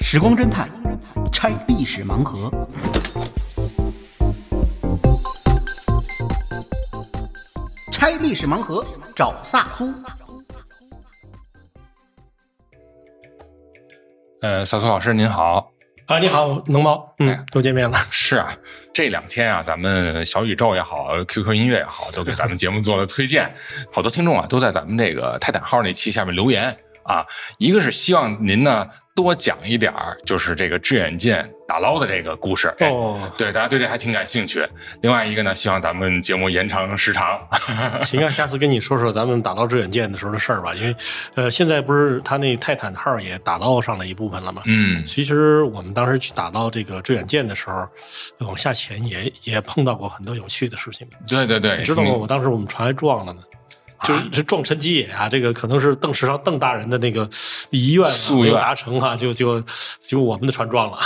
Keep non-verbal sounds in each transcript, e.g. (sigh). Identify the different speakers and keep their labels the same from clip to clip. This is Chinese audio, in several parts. Speaker 1: 时光侦探拆历史盲盒。拆历史盲盒，找萨苏。
Speaker 2: 呃，小苏老师您好，
Speaker 3: 啊，你好，我龙猫，
Speaker 2: 哎
Speaker 3: 嗯，又见面了，
Speaker 2: 是啊，这两天啊，咱们小宇宙也好，QQ 音乐也好，都给咱们节目做了推荐，好多听众啊都在咱们这个泰坦号那期下面留言啊，一个是希望您呢多讲一点儿，就是这个致远舰打捞的这个故事，哎
Speaker 3: 哦，
Speaker 2: 对，大家对这还挺感兴趣。另外一个呢，希望咱们节目延长时长。
Speaker 3: (laughs) 行啊，下次跟你说说咱们打捞致远舰的时候的事儿吧，因为，呃，现在不是他那泰坦号也打捞上了一部分了吗？
Speaker 2: 嗯
Speaker 3: 其实我们当时去打捞这个致远舰的时候，呃往下潜也也碰到过很多有趣的事情，
Speaker 2: 对对对，
Speaker 3: 你知道吗？
Speaker 2: 挺
Speaker 3: 我当时我们船还撞了呢。就是是撞沉积野啊，这个可能是邓世昌邓大人的那个遗愿、啊、
Speaker 2: 夙
Speaker 3: 没有
Speaker 2: 愿
Speaker 3: 达成啊，就就就我们的船撞了，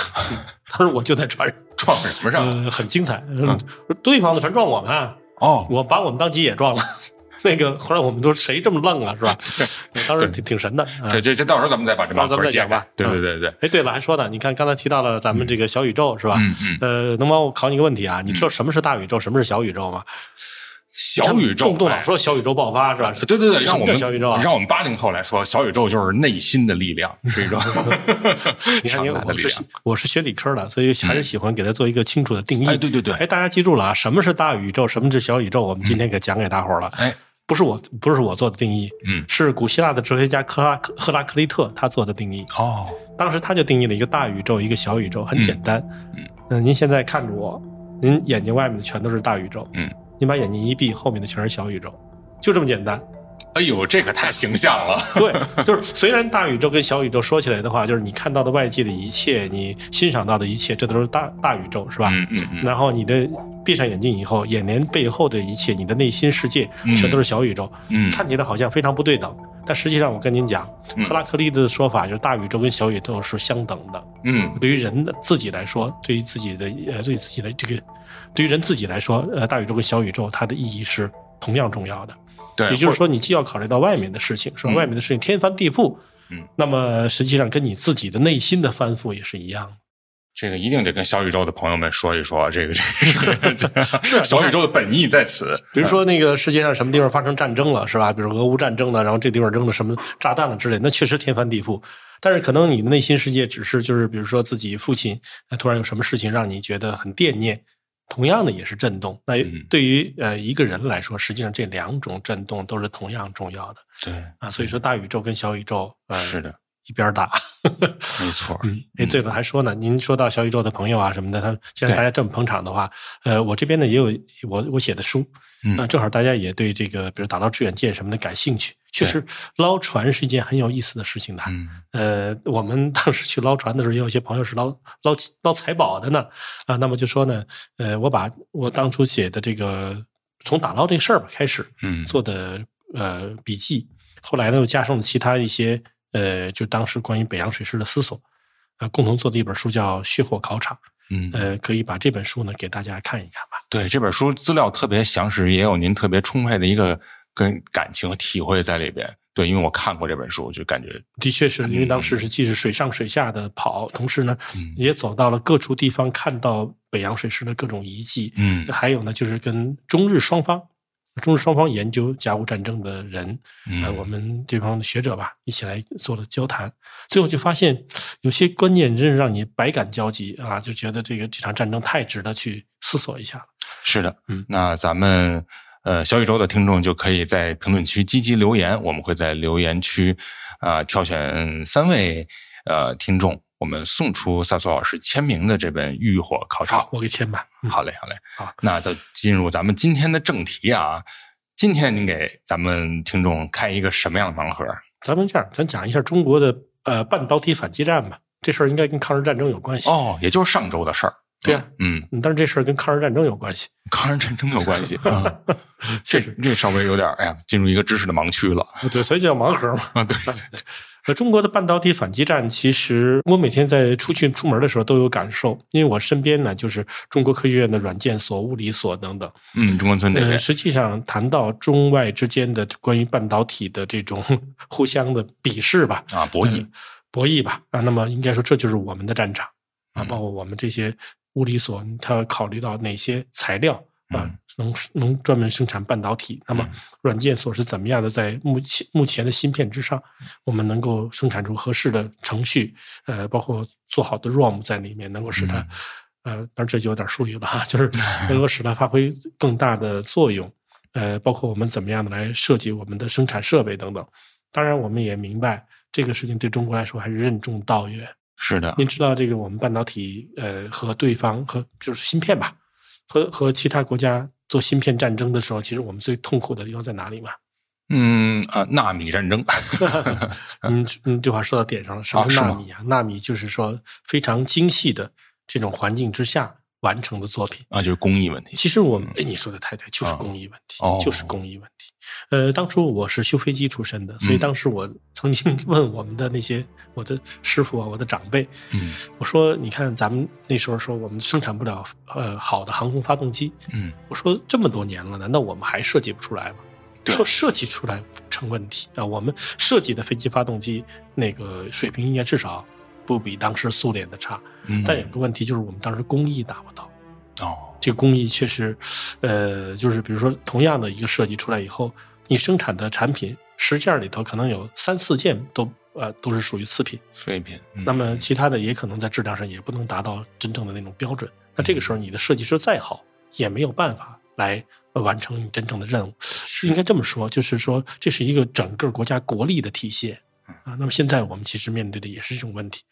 Speaker 3: 当时我就在船上，
Speaker 2: 撞什么上了？
Speaker 3: 呃，很精彩。嗯，对方的船撞我们啊，
Speaker 2: 哦，
Speaker 3: 我把我们当鸡也撞了。 (laughs) 那个后来我们都谁这么愣啊，是吧？ (laughs) 当时挺挺神的。啊
Speaker 2: 这这这，到时候咱们再把这盲
Speaker 3: 到时候
Speaker 2: 盒
Speaker 3: 再
Speaker 2: 解
Speaker 3: 讲
Speaker 2: 开
Speaker 3: 吧。
Speaker 2: 对对
Speaker 3: 嗯
Speaker 2: 对对，
Speaker 3: 哎，对了，还说呢，你看刚才提到了咱们这个小宇宙是吧？
Speaker 2: 嗯嗯。
Speaker 3: 呃，能帮我考你个问题啊？你知道什么是大宇宙，什么是小宇宙吗？
Speaker 2: 小宇宙，
Speaker 3: 动不动
Speaker 2: 哎
Speaker 3: 老说小宇宙爆发是吧？
Speaker 2: 对对对，
Speaker 3: 什
Speaker 2: 让我
Speaker 3: 么叫
Speaker 2: 们
Speaker 3: 小宇宙啊？
Speaker 2: 让我们八零后来说，小宇宙就是内心的力量，是一
Speaker 3: (laughs)
Speaker 2: 种强大的
Speaker 3: 你看你看，我
Speaker 2: 力
Speaker 3: 是
Speaker 2: 量。嗯
Speaker 3: 我是学理科的，所以还是喜欢给它做一个清楚的定义。
Speaker 2: 哎，对对对，
Speaker 3: 哎，大家记住了啊，什么是大宇宙，什么是小宇宙？我们今天给讲给大伙儿了。
Speaker 2: 哎，
Speaker 3: 不是我，不是我做的定义，
Speaker 2: 嗯
Speaker 3: 是古希腊的哲学家克拉克赫拉克利特他做的定义。
Speaker 2: 哦，
Speaker 3: 当时他就定义了一个大宇宙，一个小宇宙，很简单。
Speaker 2: 嗯嗯
Speaker 3: 呃您现在看着我，您眼睛外面的全都是大宇宙。
Speaker 2: 嗯，
Speaker 3: 您把眼睛一闭，后面的全是小宇宙，就这么简单。 (laughs)
Speaker 2: 哎呦，这个太形象了。
Speaker 3: 对，就是虽然大宇宙跟小宇宙说起来的话，就是你看到的外界的一切，你欣赏到的一切，这都是大大宇宙，是吧？
Speaker 2: 嗯嗯嗯，
Speaker 3: 然后你的闭上眼睛以后，眼帘背后的一切，你的内心世界
Speaker 2: 嗯
Speaker 3: 全都是小宇宙，
Speaker 2: 嗯，
Speaker 3: 看起来好像非常不对等，但实际上我跟您讲，
Speaker 2: 嗯
Speaker 3: 赫拉克利的说法就是大宇宙跟小宇宙是相等的。
Speaker 2: 嗯
Speaker 3: 对于人的自己来说，对于自己的呃，对自己的这个，对于人自己来说，呃，大宇宙跟小宇宙它的意义是同样重要的。
Speaker 2: 对，
Speaker 3: 也就
Speaker 2: 哎或
Speaker 3: 是
Speaker 2: 者
Speaker 3: 说，你既要考虑到外面的事情，是
Speaker 2: 嗯
Speaker 3: 吧？外面的事情天翻地覆，
Speaker 2: 嗯，
Speaker 3: 那么实际上跟你自己的内心的翻覆也是一样的。
Speaker 2: 这个一定得跟小宇宙的朋友们说一说，啊这个这个
Speaker 3: 是啊
Speaker 2: 小宇宙的本意在此。
Speaker 3: 比如说，那个世界上什么地方发生战争了，是吧？比如俄乌战争了，然后这地方扔了什么炸弹了之类，那确实天翻地覆。但是可能你的内心世界只是就是，比如说自己父亲呃突然有什么事情让你觉得很惦念，同样的也是震动。那
Speaker 2: 嗯
Speaker 3: 对于呃一个人来说，实际上这两种震动都是同样重要的
Speaker 2: 对，
Speaker 3: 啊。所以说，大宇宙跟小宇宙呃
Speaker 2: 嗯是的，
Speaker 3: 一边儿大。
Speaker 2: 没错。
Speaker 3: 嗯，哎，对了，还说呢，您说到小宇宙的朋友啊什么的，他既
Speaker 2: 对
Speaker 3: 然大家这么捧场的话，呃，我这边呢也有我我写的书，
Speaker 2: 嗯
Speaker 3: 那正好大家也对这个，比如打捞致远舰什么的感兴趣。确实，捞船是一件很有意思的事情的。
Speaker 2: 嗯，
Speaker 3: 呃，我们 (laughs) 当时去捞船的时候，也有些朋友是捞捞捞财宝的呢，啊，那么就说呢，呃，我把我当初写的这个从打捞这事儿吧开始，
Speaker 2: 嗯
Speaker 3: 做的呃笔记，后来呢又加上了其他一些呃，就当时关于北洋水师的思索，呃，共同做的一本书叫《血火考场》，
Speaker 2: 嗯，
Speaker 3: 呃，可以把这本书呢给大家看一看吧。
Speaker 2: 对，这本书资料特别详实，也有您特别充沛的一个跟感情和体会在里边。对，因为我看过这本书，我就感觉
Speaker 3: 的确是因为当时
Speaker 2: 嗯
Speaker 3: 是既是水上水下的跑，同时呢
Speaker 2: 嗯
Speaker 3: 也走到了各处地方，看到北洋水师的各种遗迹，
Speaker 2: 嗯
Speaker 3: 还有呢就是跟中日双方。中日双方研究甲午战争的人，
Speaker 2: 嗯
Speaker 3: 呃，我们这帮学者吧，一起来做了交谈，最后就发现有些观念真是让你百感交集啊，就觉得这个这场战争太值得去思索一下了。
Speaker 2: 是的，
Speaker 3: 嗯
Speaker 2: 那咱们呃小宇宙的听众就可以在评论区积极留言，我们会在留言区啊、呃挑选三位呃听众，我们送出萨索老师签名的这本《浴火考场》。
Speaker 3: 我给签吧。嗯
Speaker 2: 好嘞，好嘞，
Speaker 3: 好
Speaker 2: 那就进入咱们今天的正题啊。今天您给咱们听众开一个什么样的盲盒？
Speaker 3: 咱们这样，咱讲一下中国的呃半导体反击战吧，这事儿应该跟抗日战争有关系。
Speaker 2: 哦，也就是上周的事儿。
Speaker 3: 对啊，
Speaker 2: 嗯，
Speaker 3: 嗯但是这事儿跟抗日战争有关系。
Speaker 2: 抗日战争有关
Speaker 3: (laughs)
Speaker 2: 系啊、嗯这
Speaker 3: 确实
Speaker 2: 这稍微有点儿哎呀，进入一个知识的盲区了。
Speaker 3: 对，所以叫盲盒嘛。
Speaker 2: 啊对
Speaker 3: 呃，中国的半导体反击战，其实我每天在出去出门的时候都有感受，因为我身边呢就是中国科学院的软件所、物理所等等。
Speaker 2: 嗯，中关村这边
Speaker 3: 呃，，实际上谈到中 (laughs) 外之间的关于半导体的这种互相的鄙视吧，
Speaker 2: 啊，博弈
Speaker 3: 呃。博弈吧啊，那么应该说这就是我们的战场啊，
Speaker 2: 嗯
Speaker 3: 包括我们这些物理所，它要考虑到哪些材料啊
Speaker 2: 嗯，
Speaker 3: 能能专门生产半导体，那么软件所是怎么样的，在目前目前的芯片之上，我们能够生产出合适的程序，呃，包括做好的 ROM 在里面，能够使它
Speaker 2: 嗯。
Speaker 3: 呃，当然这就有点术语了哈，就是能够使它发挥更大的作用。呃，包括我们怎么样的来设计我们的生产设备等等。当然，我们也明白这个事情对中国来说还是任重道远。
Speaker 2: 是的，
Speaker 3: 您知道，这个我们半导体呃和对方和就是芯片吧，和和其他国家做芯片战争的时候，其实我们最痛苦的地方在哪里嘛？ (laughs)
Speaker 2: 嗯啊，纳米战争， (laughs)
Speaker 3: 您您这话说到点上了，什么
Speaker 2: 啊是
Speaker 3: 是纳
Speaker 2: 吗
Speaker 3: 米啊？纳米就是说非常精细的这种环境之下完成的作品。
Speaker 2: 啊，就是工艺问题。
Speaker 3: 其实我们，哎，你说的太对，就是
Speaker 2: 啊
Speaker 3: 工艺问题，
Speaker 2: 嗯哦
Speaker 3: 就是工艺问题。呃，当初我是修飞机出身的，所以
Speaker 2: 嗯
Speaker 3: 当时我曾经 (laughs) 问我们的那些我的师傅啊、我的长辈，
Speaker 2: 嗯
Speaker 3: 我说：“你看，咱们那时候说我们生产不了呃好的航空发动机，
Speaker 2: 嗯，
Speaker 3: 我说这么多年了，难道我们还设计不出来吗？
Speaker 2: 对
Speaker 3: 说设计出来不成问题啊，我们设计的飞机发动机那个水平应该至少不比当时苏联的差，
Speaker 2: 嗯
Speaker 3: 但有个问题就是我们当时工艺达不到。”
Speaker 2: 哦，
Speaker 3: 这个工艺确实，呃，就是比如说同样的一个设计出来以后，你生产的产品十件里头可能有三四件都呃都是属于次品，
Speaker 2: 废品。嗯
Speaker 3: 那么其他的也可能在质量上也不能达到真正的那种标准。那这个时候你的设计师再好也没有办法来呃完成你真正的任务，应该这么说，就是说这是一个整个国家国力的体现啊。那么现在我们其实面对的也是这种问题，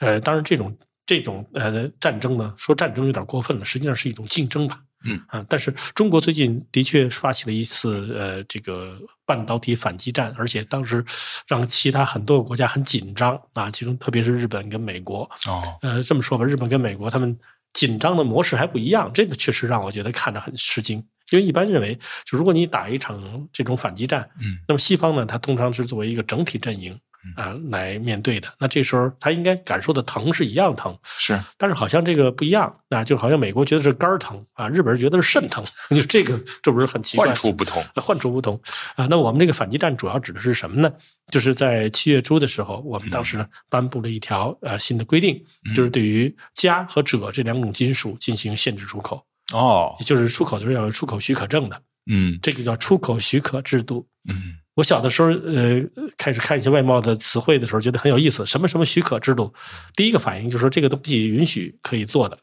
Speaker 3: 呃，当然这种这种呃战争呢，说战争有点过分了，实际上是一种竞争吧。
Speaker 2: 嗯
Speaker 3: 啊，但是中国最近的确发起了一次呃这个半导体反击战，而且当时让其他很多个国家很紧张啊，其中特别是日本跟美国，
Speaker 2: 哦，
Speaker 3: 呃，这么说吧，日本跟美国他们紧张的模式还不一样，这个确实让我觉得看着很吃惊。因为一般认为，就如果你打一场这种反击战，
Speaker 2: 嗯，
Speaker 3: 那么西方呢，它通常是作为一个整体阵营啊、来面对的。那这时候他应该感受的疼是一样疼，
Speaker 2: 是
Speaker 3: 但是好像这个不一样啊，就好像美国觉得是肝儿疼啊，日本人觉得是肾疼， (laughs) 就这个这不是很奇怪？
Speaker 2: 换处不同。
Speaker 3: 呃患处不同啊。那我们这个反击战主要指的是什么呢？就是在七月初的时候，我们当时呢颁布了一条呃新的规定，就是对于镓和锗这两种金属进行限制出口，
Speaker 2: 哦
Speaker 3: 也，就是出口就是要有出口许可证的，
Speaker 2: 嗯
Speaker 3: 这个叫出口许可制度。
Speaker 2: 嗯，
Speaker 3: 我小的时候，呃，开始看一些外贸的词汇的时候，觉得很有意思。什么什么许可制度，第一个反应就是说这个东西允许可以做的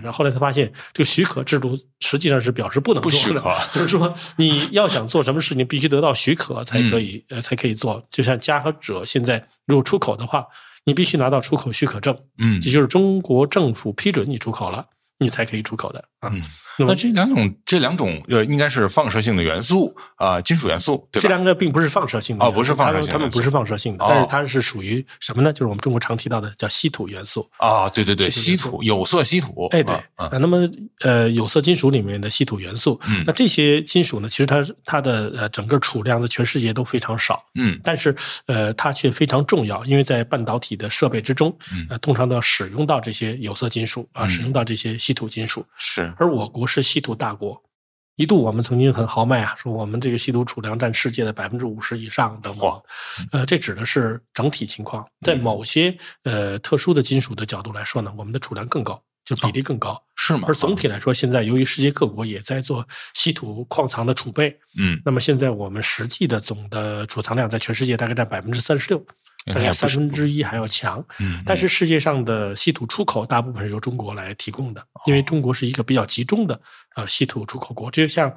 Speaker 2: 嗯。
Speaker 3: 然后后来才发现，这个许可制度实际上是表示不能
Speaker 2: 不
Speaker 3: 做
Speaker 2: 许
Speaker 3: 的，
Speaker 2: 可。
Speaker 3: 就是说你要想做什么事情，必须得到许可才
Speaker 2: 嗯
Speaker 3: 可以，呃，才可以做。就像嘉和者现在如果出口的话，你必须拿到出口许可证，
Speaker 2: 嗯
Speaker 3: 也就是中国政府批准你出口了，你才可以出口的啊。
Speaker 2: 嗯
Speaker 3: 那
Speaker 2: 那
Speaker 3: 么
Speaker 2: 这两种这两种呃，应该是放射性的元素啊、呃金属元素对
Speaker 3: 这
Speaker 2: 吧？
Speaker 3: 两个并不是放射性的
Speaker 2: 哦
Speaker 3: 元素
Speaker 2: 不是放射性的
Speaker 3: 它们它们
Speaker 2: 元素
Speaker 3: 不是放射性的，
Speaker 2: 哦
Speaker 3: 但是它是属于什么呢？就是我们中国常提到的叫稀土元素。
Speaker 2: 啊，对对对，
Speaker 3: 稀
Speaker 2: 稀
Speaker 3: 土元素
Speaker 2: 土有色稀土。
Speaker 3: 哎，对，
Speaker 2: 啊
Speaker 3: 啊那么呃，有色金属里面的稀土元素，
Speaker 2: 嗯
Speaker 3: 那这些金属呢，其实它它的呃整个储量在全世界都非常少，
Speaker 2: 嗯
Speaker 3: 但是呃，它却非常重要，因为在半导体的设备之中，
Speaker 2: 嗯
Speaker 3: 呃，通常都要使用到这些有色金属啊，
Speaker 2: 嗯
Speaker 3: 使用到这些稀土金属。
Speaker 2: 是
Speaker 3: 而我国是稀土大国，一度我们曾经很豪迈啊，说我们这个稀土储量占世界的百分之五十以上等等
Speaker 2: 嚯。
Speaker 3: 呃，这指的是整体情况，在
Speaker 2: 嗯
Speaker 3: 某些呃特殊的金属的角度来说呢，我们的储量更高，就比例更高。
Speaker 2: 是吗？
Speaker 3: 而总体来说，现在由于世界各国也在做稀土矿藏的储备，
Speaker 2: 嗯，
Speaker 3: 那么现在我们实际的总的储藏量在全世界大概占百分之三十六，大概三分之一还要强。
Speaker 2: 嗯，
Speaker 3: 但是世界上的稀土出口大部分是由中国来提供的，因
Speaker 2: 哦
Speaker 3: 为中国是一个比较集中的呃稀土出口国。就像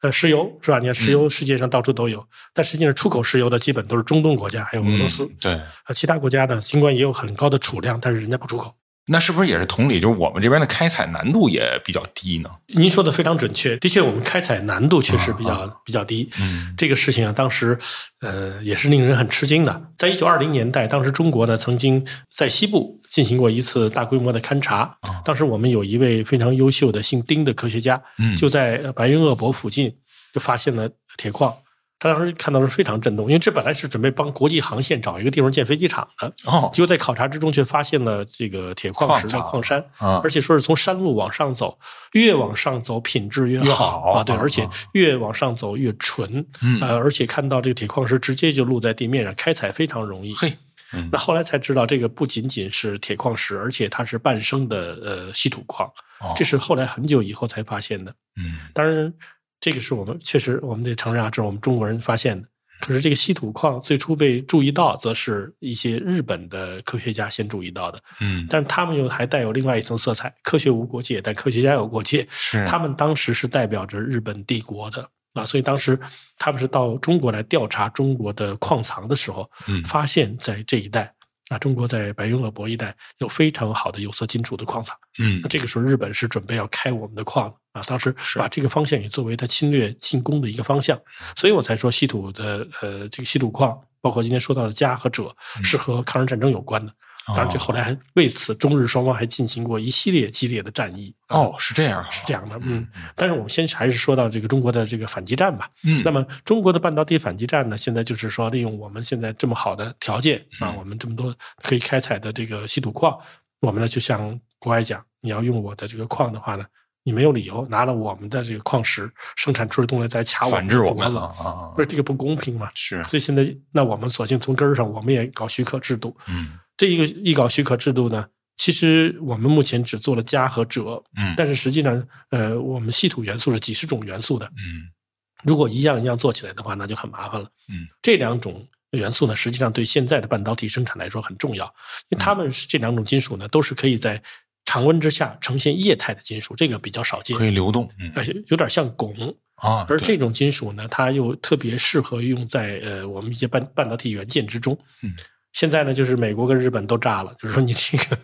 Speaker 3: 呃石油
Speaker 2: 嗯
Speaker 3: 是吧？你看石油世界上到处都有，但实际上出口石油的基本都是中东国家还有俄罗斯。
Speaker 2: 嗯对，
Speaker 3: 呃，其他国家呢，尽管也有很高的储量，但是人家不出口。
Speaker 2: 那是不是也是同理？就是我们这边的开采难度也比较低呢？
Speaker 3: 您说的非常准确，的确，我们开采难度确
Speaker 2: 啊
Speaker 3: 实比较、比较低。
Speaker 2: 嗯
Speaker 3: 这个事情啊，当时呃也是令人很吃惊的。在一九二零年代，当时中国呢曾经在西部进行过一次大规模的勘察
Speaker 2: 啊。
Speaker 3: 当时我们有一位非常优秀的姓丁的科学家，
Speaker 2: 嗯，
Speaker 3: 就在呃白云鄂博附近就发现了铁矿。他当时看到是非常震动，因为这本来是准备帮国际航线找一个地方建飞机场的，
Speaker 2: 哦
Speaker 3: 结果在考察之中却发现了这个铁矿石的
Speaker 2: 矿藏
Speaker 3: 矿山。
Speaker 2: 啊嗯
Speaker 3: 而且说是从山路往上走，越往上走品质越好
Speaker 2: 越好
Speaker 3: 啊，对，
Speaker 2: 啊
Speaker 3: 而且越往上走越纯，
Speaker 2: 嗯
Speaker 3: 呃，而且看到这个铁矿石直接就露在地面上，开采非常容易。
Speaker 2: 嘿，嗯
Speaker 3: 那后来才知道，这个不仅仅是铁矿石，而且它是伴生的呃稀土矿，
Speaker 2: 哦
Speaker 3: 这是后来很久以后才发现的。
Speaker 2: 嗯
Speaker 3: 当然，这个是我们确实我们得承认啊，这是我们中国人发现的。可是这个稀土矿最初被注意到，则是一些日本的科学家先注意到的，
Speaker 2: 嗯，
Speaker 3: 但是他们又还带有另外一层色彩。科学无国界，但科学家有国界。
Speaker 2: 是
Speaker 3: 他们当时是代表着日本帝国的啊，所以当时他们是到中国来调查中国的矿藏的时候，
Speaker 2: 嗯
Speaker 3: 发现在这一带啊，中国在白云鄂博一带有非常好的有色金属的矿藏。
Speaker 2: 嗯
Speaker 3: 那这个时候，日本是准备要开我们的矿啊，当时把这个方向也作为他侵略进攻的一个方向，所以我才说稀土的呃这个稀土矿，包括今天说到的镓和锗，是和抗日战争有关的。
Speaker 2: 哦
Speaker 3: 当然，这后来还为此中日双方还进行过一系列激烈的战役。
Speaker 2: 哦是这样啊
Speaker 3: 是这样的，嗯，但是我们先还是说到这个中国的这个反击战吧。
Speaker 2: 嗯
Speaker 3: 那么中国的半导体反击战呢，现在就是说利用我们现在这么好的条件啊，
Speaker 2: 嗯
Speaker 3: 我们这么多可以开采的这个稀土矿，我们呢就向国外讲，你要用我的这个矿的话呢，你没有理由拿了我们的这个矿石生产出的东西再卡我
Speaker 2: 反制我
Speaker 3: 脖
Speaker 2: 们
Speaker 3: 子
Speaker 2: 啊，嗯啊啊
Speaker 3: 不是这个不公平嘛？
Speaker 2: 是
Speaker 3: 所以现在那我们索性从根儿上，我们也搞许可制度。
Speaker 2: 嗯
Speaker 3: 这一个一搞许可制度呢，其实我们目前只做了加和折，
Speaker 2: 嗯
Speaker 3: 但是实际上，呃，我们稀土元素是几十种元素的，
Speaker 2: 嗯
Speaker 3: 如果一样一样做起来的话，那就很麻烦了。
Speaker 2: 嗯，
Speaker 3: 这两种元素呢，实际上对现在的半导体生产来说很重要，因为它
Speaker 2: 嗯
Speaker 3: 们是这两种金属呢，都是可以在常温之下呈现液态的金属，这个比较少见
Speaker 2: 可。以流动嗯
Speaker 3: 而且有点像汞，
Speaker 2: 啊
Speaker 3: 而
Speaker 2: 对
Speaker 3: 这种金属呢，它又特别适合用在呃我们一些半半导体元件之中。
Speaker 2: 嗯，
Speaker 3: 现在呢，就是美国跟日本都炸了，就是说你这
Speaker 2: 嗯
Speaker 3: (laughs) 个、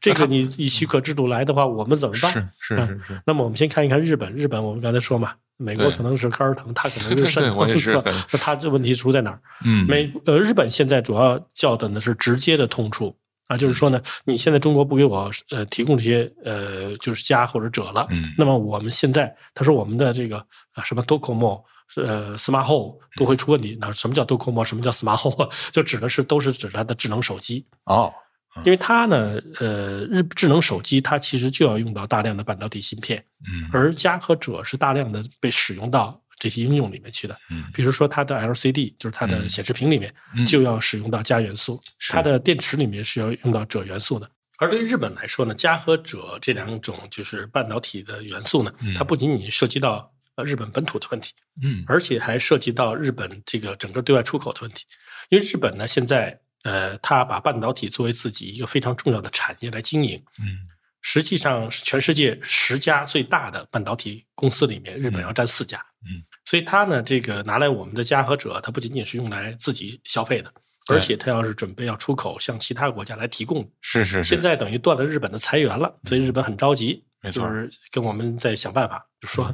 Speaker 3: 这个你以许可制度来的话，我们怎么办？嗯
Speaker 2: 是是是是。
Speaker 3: 那么我们先看一看日本，日本我们刚才说嘛，美国
Speaker 2: 对
Speaker 3: 可能是肝儿疼，他可能
Speaker 2: 对
Speaker 3: 是
Speaker 2: 对
Speaker 3: 肾
Speaker 2: 对
Speaker 3: 疼，
Speaker 2: 我也是
Speaker 3: 是吧
Speaker 2: 很？
Speaker 3: 那他这问题出在哪儿？
Speaker 2: 嗯，
Speaker 3: 美呃，日本现在主要叫的呢是直接的痛处啊，
Speaker 2: 嗯
Speaker 3: 就是说呢，你现在中国不给我呃提供这些呃就是加或者者了，
Speaker 2: 嗯
Speaker 3: 那么我们现在他说我们的这个啊什么 docomo 呃 smartphone 都会出问题，那什么叫 docomo，什么叫 smartphone，就 (laughs) 指的是都是指它的智能手机，
Speaker 2: 哦，
Speaker 3: 因为它呢呃日智能手机它其实就要用到大量的半导体芯片，
Speaker 2: 嗯
Speaker 3: 而加和者是大量的被使用到这些应用里面去的。
Speaker 2: 嗯
Speaker 3: 比如说它的 LCD，就是它的
Speaker 2: 嗯
Speaker 3: 显示屏里面、
Speaker 2: 嗯
Speaker 3: 就要使用到镓元素，
Speaker 2: 是
Speaker 3: 它的电池里面是要用到锗元素的。而对于日本来说呢，镓和锗这两种就是半导体的元素呢，
Speaker 2: 嗯
Speaker 3: 它不仅仅涉及到呃日本本土的问题，
Speaker 2: 嗯
Speaker 3: 而且还涉及到日本这个整个对外出口的问题。因为日本呢，现在呃，它把半导体作为自己一个非常重要的产业来经营，
Speaker 2: 嗯
Speaker 3: 实际上，全世界十家最大的半导体公司里面，日本要占四家。
Speaker 2: 嗯，
Speaker 3: 所以它呢，这个拿来我们的嘉和者，它不仅仅是用来自己消费的，
Speaker 2: 对
Speaker 3: 而且它要是准备要出口向其他国家来提供。
Speaker 2: 是是是
Speaker 3: 现在等于断了日本的财源了，所以日本很着急，
Speaker 2: 没错
Speaker 3: 就是跟我们在想办法，就说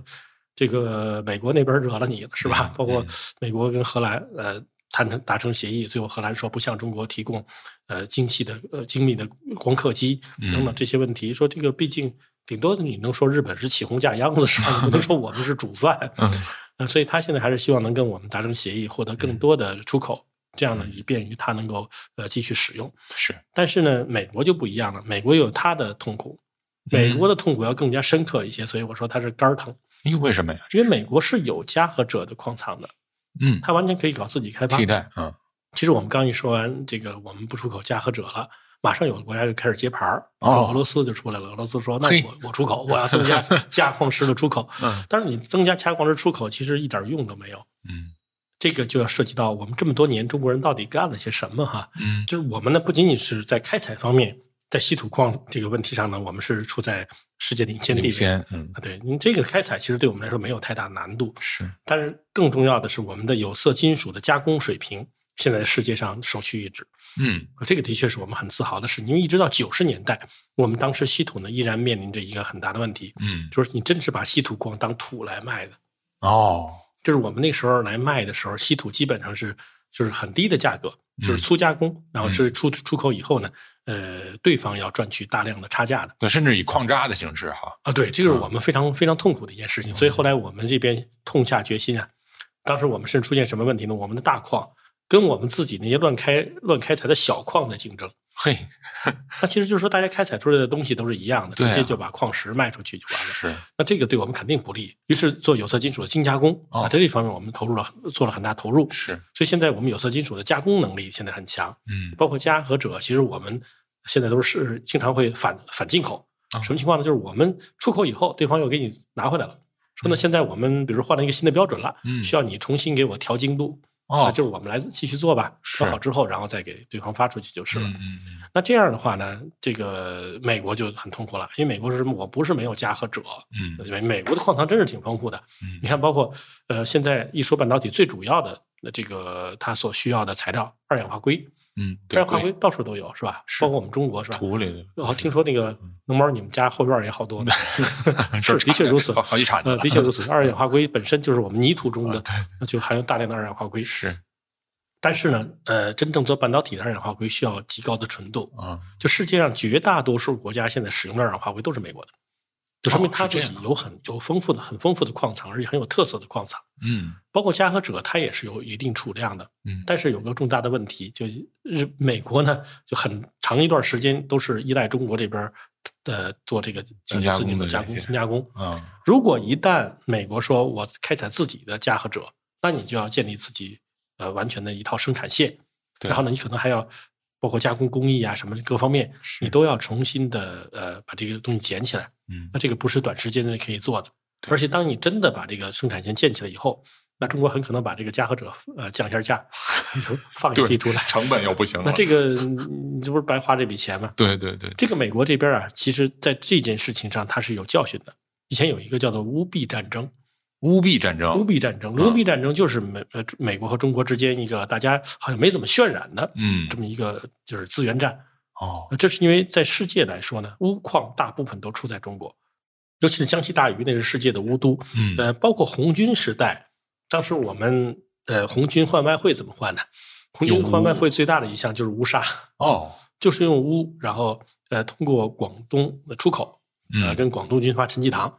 Speaker 3: 这个美国那边惹了你了是吧
Speaker 2: 嗯？
Speaker 3: 包括
Speaker 2: 嗯
Speaker 3: 美国跟荷兰呃谈成达成协议，最后荷兰说不向中国提供呃精细的呃精密的光刻机
Speaker 2: 嗯
Speaker 3: 等等这些问题，说这个毕竟顶多你能说日本是起哄架秧子
Speaker 2: (laughs)
Speaker 3: 是吧？你不能说我们是主犯，
Speaker 2: 嗯
Speaker 3: 呃，所以他现在还是希望能跟我们达成协议，获得
Speaker 2: 嗯
Speaker 3: 更多的出口，这样呢，以便于他能够呃继续使用。
Speaker 2: 是
Speaker 3: 但是呢，美国就不一样了，美国有它的痛苦，美
Speaker 2: 嗯
Speaker 3: 国的痛苦要更加深刻一些，所以我说它是肝儿疼，
Speaker 2: 因为什么呀？
Speaker 3: 因为美国是有加和者的矿藏的，
Speaker 2: 嗯，
Speaker 3: 它完全可以搞自己开发
Speaker 2: 替。代嗯
Speaker 3: 其实我们刚一说完这个，我们不出口加和者了。马上有个国家就开始接盘儿，
Speaker 2: 哦
Speaker 3: 俄罗斯就出来了。俄罗斯说：“那
Speaker 2: 嘿
Speaker 3: 我我出口，我要增
Speaker 2: (laughs)
Speaker 3: 加加矿石的出口。
Speaker 2: 嗯”
Speaker 3: 但是你增加加矿石出口，其实一点用都没有。
Speaker 2: 嗯
Speaker 3: 这个就要涉及到我们这么多年中国人到底干了些什么哈。
Speaker 2: 嗯
Speaker 3: 就是我们呢，不仅仅是在开采方面，在稀土矿这个问题上呢，我们是处在世界领先地
Speaker 2: 领
Speaker 3: 位
Speaker 2: 先嗯
Speaker 3: 啊。对，你这个开采其实对我们来说没有太大难度，
Speaker 2: 是
Speaker 3: 但是更重要的是我们的有色金属的加工水平，现在世界上首屈一指。
Speaker 2: 嗯
Speaker 3: 啊这个的确是我们很自豪的事，因为一直到九十年代，我们当时稀土呢依然面临着一个很大的问题，
Speaker 2: 嗯
Speaker 3: 就是你真是把稀土矿当土来卖的。
Speaker 2: 哦
Speaker 3: 就是我们那时候来卖的时候，稀土基本上是就是很低的价格，就是
Speaker 2: 嗯
Speaker 3: 粗加工，然后是出出口以后呢，呃，对方要赚取大量的差价的
Speaker 2: 对，甚至以矿渣的形式哈
Speaker 3: 啊，对，这个是我们非常非常痛苦的一件事
Speaker 2: 嗯
Speaker 3: 情，所以后来我们这边痛下决心啊，当时我们是出现什么问题呢？我们的大矿跟我们自己那些乱开乱开采的小矿在竞争，
Speaker 2: 嘿，
Speaker 3: 那其实就是说，大家开采出来的东西都是一样的，
Speaker 2: 对啊
Speaker 3: 直接就把矿石卖出去就完了。
Speaker 2: 是
Speaker 3: 那这个对我们肯定不利。于是做有色金属的精加工
Speaker 2: 哦
Speaker 3: 啊，在这方面我们投入了做了很大投入，
Speaker 2: 是，
Speaker 3: 所以现在我们有色金属的加工能力现在很强，
Speaker 2: 嗯
Speaker 3: 包括加和锗，其实我们现在都是经常会反反进口
Speaker 2: 哦。
Speaker 3: 什么情况呢？就是我们出口以后，对方又给你拿回来了，说呢，现在我们比如换了一个新的标准了，
Speaker 2: 嗯
Speaker 3: 需要你重新给我调精度啊，
Speaker 2: 哦，
Speaker 3: 就是我们来继续做吧，
Speaker 2: 是
Speaker 3: 做好之后，然后再给对方发出去就是了。
Speaker 2: 嗯嗯嗯
Speaker 3: 那这样的话呢，这个美国就很痛苦了，因为美国是什么？我不是没有镓和锗，
Speaker 2: 嗯
Speaker 3: 美美国的矿藏真是挺丰富的。
Speaker 2: 嗯
Speaker 3: 你看，包括呃，现在一说半导体最主要的呃这个它所需要的材料，二氧化硅，
Speaker 2: 嗯，
Speaker 3: 二
Speaker 2: 对，
Speaker 3: 氧化硅到处都有，是哦吧？
Speaker 2: 是
Speaker 3: 包括我们中国，是吧？
Speaker 2: 土嗯里
Speaker 3: 我好听说那个农猫，你们家后院也好
Speaker 2: (laughs)
Speaker 3: 多呢，
Speaker 2: 的
Speaker 3: 是的确如此
Speaker 2: 好。好几产
Speaker 3: 呃，的确如此，二氧化硅本身就是我们泥土
Speaker 2: 啊
Speaker 3: 中的，那就含有大量的二氧化硅。
Speaker 2: 是
Speaker 3: 但是呢，呃，真正做半导体的二氧化硅需要极高的纯度，
Speaker 2: 啊，
Speaker 3: 就世界上绝大多数国家现在使用的二氧化硅都是美国的，就说明
Speaker 2: 哦
Speaker 3: 它
Speaker 2: 是这
Speaker 3: 自
Speaker 2: 样
Speaker 3: 己有很有丰富的、很丰富的矿藏，而且很有特色的矿藏。
Speaker 2: 嗯
Speaker 3: 包括嘉和者，它也是有一定储量的，
Speaker 2: 嗯
Speaker 3: 但是有个重大的问题，就日美国呢，就很长一段时间都是依赖中国这边儿的做这个
Speaker 2: 精加工的
Speaker 3: 自己的
Speaker 2: 这
Speaker 3: 加工、
Speaker 2: 些
Speaker 3: 精加工。
Speaker 2: 啊，
Speaker 3: 如果一旦美国说我开采自己的嘉和者，那你就要建立自己呃完全的一套生产线，
Speaker 2: 对
Speaker 3: 然后呢，你可能还要包括加工工艺啊什么各方面，
Speaker 2: 是
Speaker 3: 你都要重新的呃把这个东西捡起来。
Speaker 2: 嗯
Speaker 3: 那这个不是短时间内可以做的，
Speaker 2: 对
Speaker 3: 而且当你真的把这个生产线建起来以后，那中国很可能把这个加和者呃降一下
Speaker 2: (laughs)
Speaker 3: 价，放一批出来，
Speaker 2: 成本又不行了，
Speaker 3: 那这个你这不是白花这笔钱吗？
Speaker 2: 对对对，
Speaker 3: 这个美国这边啊，其实在这件事情上它是有教训的。以前有一个叫做乌币战争，
Speaker 2: 乌币战争，
Speaker 3: 乌币战争，
Speaker 2: 嗯
Speaker 3: 乌币战争就是美呃美国和中国之间一个大家好像没怎么渲染的
Speaker 2: 嗯
Speaker 3: 这么一个就是资源战。
Speaker 2: 哦
Speaker 3: 呃这是因为在世界来说呢，钨矿大部分都出在中国，尤其是江西大余，那是世界的钨都。
Speaker 2: 嗯
Speaker 3: 呃，包括红军时代，当时我们呃红军换外汇怎么换呢？红
Speaker 2: 用
Speaker 3: 军
Speaker 2: 钨
Speaker 3: 换外汇最大的一项就是钨砂，
Speaker 2: 哦
Speaker 3: (laughs) 就是用钨，然后呃通过广东的出口，
Speaker 2: 嗯
Speaker 3: 呃跟广东军阀陈济棠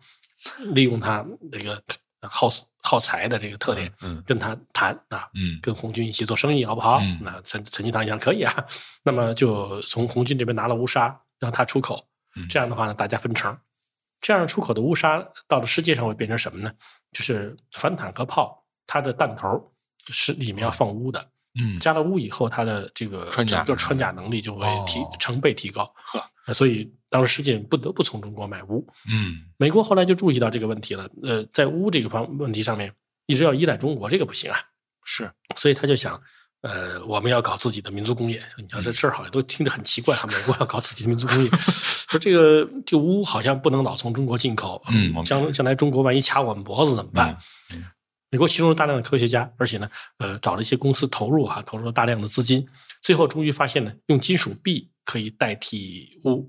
Speaker 3: 利用他这个耗耗财的这个特点，
Speaker 2: 嗯
Speaker 3: 跟他谈啊，
Speaker 2: 嗯
Speaker 3: 跟红军一起做生意，好不好？
Speaker 2: 嗯
Speaker 3: 那陈陈济棠一样可以啊。那么就从红军这边拿了乌沙，让他出口
Speaker 2: 嗯。
Speaker 3: 这样的话呢，大家分成。这样出口的乌沙到了世界上会变成什么呢？就是反坦克炮，它的弹头是里面要放钨的，
Speaker 2: 哦嗯，
Speaker 3: 加了钨以后，它的这个
Speaker 2: 穿甲
Speaker 3: 整个穿甲能力就会提
Speaker 2: 哦
Speaker 3: 成倍提高。呃所以当时世界不得不从中国买钨。
Speaker 2: 嗯
Speaker 3: 美国后来就注意到这个问题了，呃，在钨这个方问题上面一直要依赖中国，这个不行啊。
Speaker 2: 是
Speaker 3: 所以他就想，呃，我们要搞自己的民族工业。你看这事儿好像都听着很奇怪，美国要搞自己的民族工
Speaker 2: (laughs)
Speaker 3: 业，说这个这个钨好像不能老从中国进口，
Speaker 2: 嗯我
Speaker 3: 将将来中国万一卡我们脖子怎么办？
Speaker 2: 嗯嗯
Speaker 3: 美国其中大量的科学家，而且呢，呃，找了一些公司投入哈、投入了大量的资金，最后终于发现呢，用金属币可以代替钨。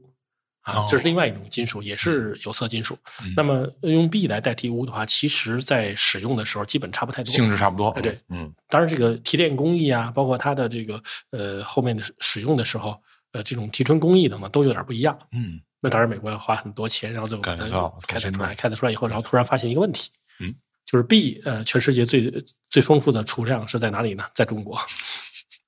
Speaker 3: 啊
Speaker 2: 哦，
Speaker 3: 这是另外一种金属，也是有色金属。
Speaker 2: 嗯
Speaker 3: 那么用币来代替钨的话，其实在使用的时候基本差不太多。
Speaker 2: 性质差不多，
Speaker 3: 哎对，
Speaker 2: 嗯
Speaker 3: 当然，这个提炼工艺啊，包括它的这个呃后面的使使用的时候，呃这种提纯工艺等等都有点不一样。
Speaker 2: 嗯
Speaker 3: 那当然，美国要花很多钱，然后就把
Speaker 2: 改造
Speaker 3: 它开采
Speaker 2: 重新
Speaker 3: 出
Speaker 2: 弄
Speaker 3: 来，开采出来以后，然后突然发现一个问题，
Speaker 2: 嗯，
Speaker 3: 就是币呃全世界最最丰富的储量是在哪里呢？在中国。 (laughs)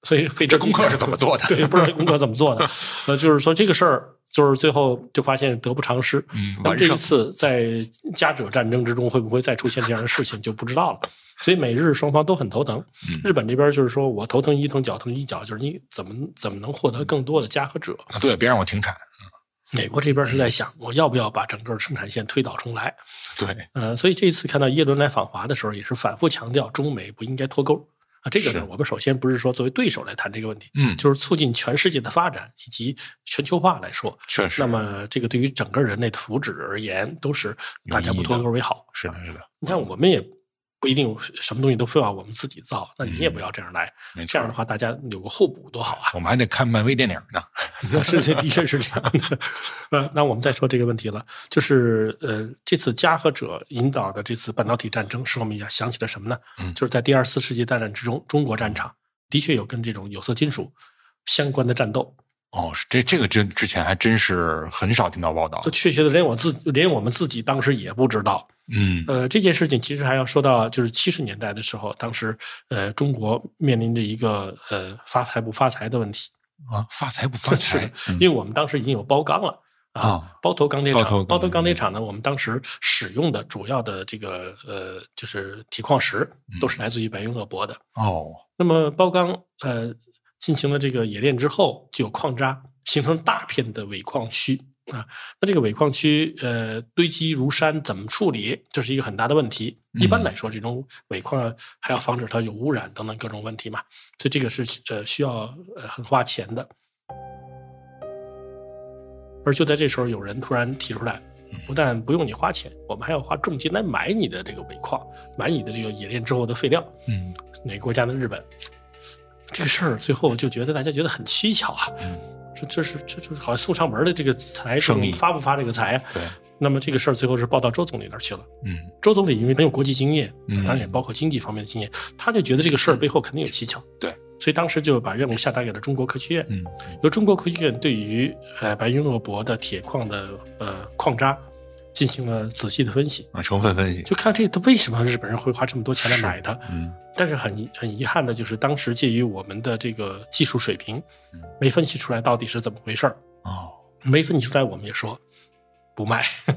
Speaker 3: 所以费
Speaker 2: 这
Speaker 3: 城
Speaker 2: 功课是怎么做的
Speaker 3: (laughs) 对，不知道这功课怎么做的。呃，就是说这个事儿，就是最后就发现得不偿失。
Speaker 2: 嗯，
Speaker 3: 那么
Speaker 2: 完
Speaker 3: 这一
Speaker 2: 胜，
Speaker 3: 次在加者战争之中，会不会再出现这样的事情就不知道了。所以美日双方都很头疼。
Speaker 2: 嗯
Speaker 3: 日本这边就是说我头疼一疼，脚疼一脚，就是你怎么怎么能获得更多的加和者？
Speaker 2: 啊对，别让我停产，
Speaker 3: 美国这边是在想，我要不要把整个生产线推倒重来？
Speaker 2: 对，
Speaker 3: 呃，所以这一次看到耶伦来访华的时候，也是反复强调中美不应该脱钩啊。这个
Speaker 2: 是
Speaker 3: 呢，我们首先不是说作为对手来谈这个问题，
Speaker 2: 嗯，
Speaker 3: 就是促进全世界的发展以及全球化来说，
Speaker 2: 确实，
Speaker 3: 那么这个对于整个人类的福祉而言，都是大家
Speaker 2: 有
Speaker 3: 不
Speaker 2: 益的
Speaker 3: 脱钩为好。
Speaker 2: 是的，是的，
Speaker 3: 你看，我们也不一定什么东西都非要我们自己造，那你也
Speaker 2: 嗯
Speaker 3: 不要这样来。
Speaker 2: 没
Speaker 3: 这
Speaker 2: 错
Speaker 3: 样的，话，大家有个互补多好啊！
Speaker 2: 我们还得看漫威电影呢，
Speaker 3: 那 (laughs) 是这的确是这样的。呃，那我们再说这个问题了，就是呃，这次加和者引导的这次半导体战争，使我们也想起了什么呢？
Speaker 2: 嗯
Speaker 3: 就是在第二次世界大战之中，中国战场的确有跟这种有色金属相关的战斗。
Speaker 2: 哦，是这这个之之前还真是很少听到报道的，
Speaker 3: 确切的，连我自己，连我们自己当时也不知道。
Speaker 2: 嗯
Speaker 3: 呃，这件事情其实还要说到，就是七十年代的时候，当时呃，中国面临着一个呃发财不发财的问题。
Speaker 2: 啊，发财
Speaker 3: (laughs)
Speaker 2: 不发
Speaker 3: 是的
Speaker 2: 财，嗯
Speaker 3: 因为我们当时已经有包钢了。
Speaker 2: 哦
Speaker 3: 啊，包头钢铁厂
Speaker 2: 包头钢，
Speaker 3: 包头钢铁厂呢，我们当时使用的主要的这个呃，就是铁矿石都是来自于白云鄂博的。
Speaker 2: 哦，
Speaker 3: 那么包钢呃进行了这个冶炼之后，就有矿渣形成大片的伪矿区啊。那这个伪矿区呃堆积如山，怎么处理？这是一个很大的问题。一般
Speaker 2: 嗯
Speaker 3: 来说，这种伪矿还要防止它有污染等等各种问题嘛，所以这个是呃需要呃很花钱的。而就在这时候，有人突然提出来
Speaker 2: 嗯，
Speaker 3: 不但不用你花钱，我们还要花重金来买你的这个伪矿，买你的这个冶炼之后的废料。
Speaker 2: 嗯
Speaker 3: 哪个国家的日本。这个事儿最后就觉得大家觉得很蹊跷啊，
Speaker 2: 嗯
Speaker 3: 这这是这这好像送上门的这个财，
Speaker 2: 生意
Speaker 3: 这种发不发这个财啊？
Speaker 2: 对，
Speaker 3: 那么这个事儿最后是报到周总理那儿去了。
Speaker 2: 嗯
Speaker 3: 周总理因为很有国际经验，
Speaker 2: 嗯
Speaker 3: 当然也包括经济方面的经验，他就觉得这个事儿背后肯定有蹊跷。
Speaker 2: 对，
Speaker 3: 所以当时就把任务下达给了中国科学院。
Speaker 2: 嗯
Speaker 3: 由中国科学院对于呃白云鄂博的铁矿的呃矿渣进行了仔细的分析，
Speaker 2: 啊，成分分析，
Speaker 3: 就看这它为什么日本人会花这么多钱来
Speaker 2: 是
Speaker 3: 买它。
Speaker 2: 嗯
Speaker 3: 但是很遗很遗憾的就是，当时介于我们的这个技术水平
Speaker 2: 嗯，
Speaker 3: 没分析出来到底是怎么回事儿，
Speaker 2: 哦，
Speaker 3: 没分析出来，我们也说不卖， (laughs)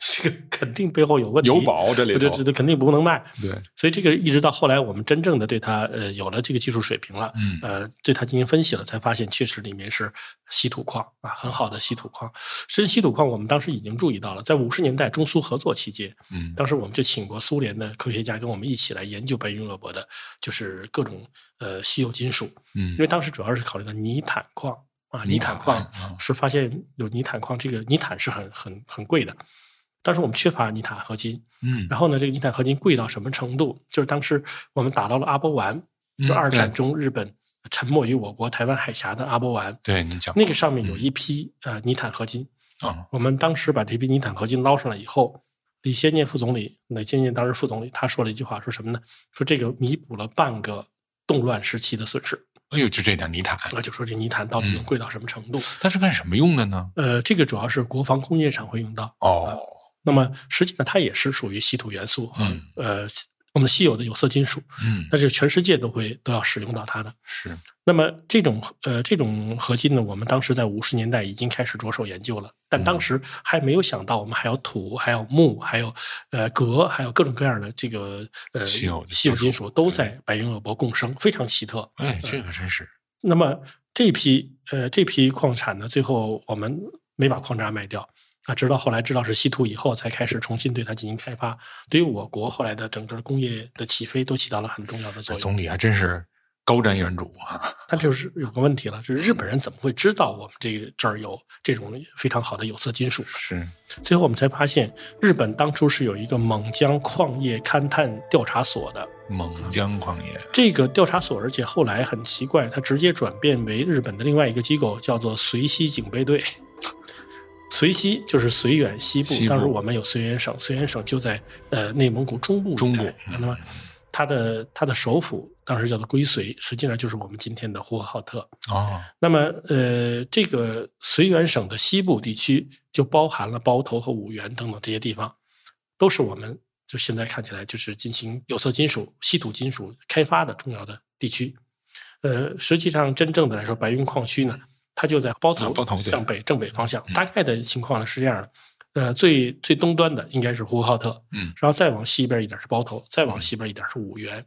Speaker 3: 这个肯定背后有问题，
Speaker 2: 有宝这里
Speaker 3: 对
Speaker 2: 头，
Speaker 3: 对对，肯定不能卖。
Speaker 2: 对，
Speaker 3: 所以这个一直到后来，我们真正的对它呃有了这个技术水平了。
Speaker 2: 嗯
Speaker 3: 呃，对它进行分析了，才发现确实里面是稀土矿啊，很好的稀土矿。深稀土矿我们当时已经注意到了，在五十年代中苏合作期间，
Speaker 2: 嗯
Speaker 3: 当时我们就请过苏联的科学家跟我们一起来研究白云鄂博的，就是各种呃稀有金属，
Speaker 2: 嗯
Speaker 3: 因为当时主要是考虑到泥坦矿啊，
Speaker 2: 泥
Speaker 3: 泥
Speaker 2: 坦
Speaker 3: 坦
Speaker 2: 矿
Speaker 3: 矿是发现有泥坦矿，这个泥坦是很很很贵的。当时我们缺乏泥坦合金，
Speaker 2: 嗯
Speaker 3: 然后呢，这个泥坦合金贵到什么程度？就是当时我们打到了阿波湾，就
Speaker 2: 嗯
Speaker 3: 二战
Speaker 2: 对
Speaker 3: 中日本沉没于我国台湾海峡的阿波湾，
Speaker 2: 对你讲
Speaker 3: 那个上面
Speaker 2: 嗯
Speaker 3: 有一批呃泥坦合金，
Speaker 2: 啊，
Speaker 3: 我们当时把这批泥坦合金捞上来以后，李先念副总理，李先念当时副总理，他说了一句话，说什么呢？说这个弥补了半个动乱时期的损失。
Speaker 2: 哎呦，就这点泥炭，
Speaker 3: 那就说这泥炭到底能贵到什么程度？
Speaker 2: 它是干什么用的呢？
Speaker 3: 呃，这个主要是国防工业上会用到。
Speaker 2: 哦，
Speaker 3: 那么实际上它也是属于稀土元素和、
Speaker 2: 嗯
Speaker 3: 呃我们稀有的有色金属，
Speaker 2: 嗯，
Speaker 3: 但是全世界都会都要使用到它的。
Speaker 2: 是，
Speaker 3: 那么这种呃这种合金呢，我们当时在五十年代已经开始着手研究了，但
Speaker 2: 嗯
Speaker 3: 当时还没有想到我们还有土、还有木、还有呃镉、还有各种各样的这个呃
Speaker 2: 稀有的嗯金属
Speaker 3: 稀有金属都在白云鄂博共生，非常奇特。
Speaker 2: 哎，这个真是，
Speaker 3: 那么这批呃这批矿产呢，最后我们没把矿渣卖掉。啊，直到后来知道是稀土以后，才开始重新对它进行开发。对于我国后来的整个工业的起飞，都起到了很重要的
Speaker 2: 这
Speaker 3: 作用。
Speaker 2: 总理还真是高瞻远瞩啊，
Speaker 3: 那就是有个问题了，就是日本人怎么会知道我们这个这儿有这种非常好的有色金属？
Speaker 2: 是，
Speaker 3: 最后我们才发现，日本当初是有一个蒙江矿业勘探调查所的。
Speaker 2: 蒙江矿业，
Speaker 3: 这个调查所，而且后来很奇怪，它直接转变为日本的另外一个机构，叫做随西警备队。 (laughs) 随西就是绥远西部，
Speaker 2: 西部
Speaker 3: 当时我们有绥远省，绥远省就在呃内蒙古中部一带。
Speaker 2: 中部嗯
Speaker 3: 那么它的它的首府当时叫做归绥，实际上就是我们今天的呼和浩特。
Speaker 2: 哦，
Speaker 3: 那么，呃，这个绥远省的西部地区就包含了包头和五原等等这些地方，都是我们就现在看起来就是进行有色金属、稀土金属开发的重要的地区。呃，实际上真正的来说，白云矿区呢，它就在包
Speaker 2: 啊
Speaker 3: 头
Speaker 2: 包头对
Speaker 3: 向北正北方向
Speaker 2: 嗯。
Speaker 3: 大概的情况呢是这样的，呃，最最东端的应该是呼和浩特，
Speaker 2: 嗯，
Speaker 3: 然后再往西边一点是包头，再往西边一点是五原，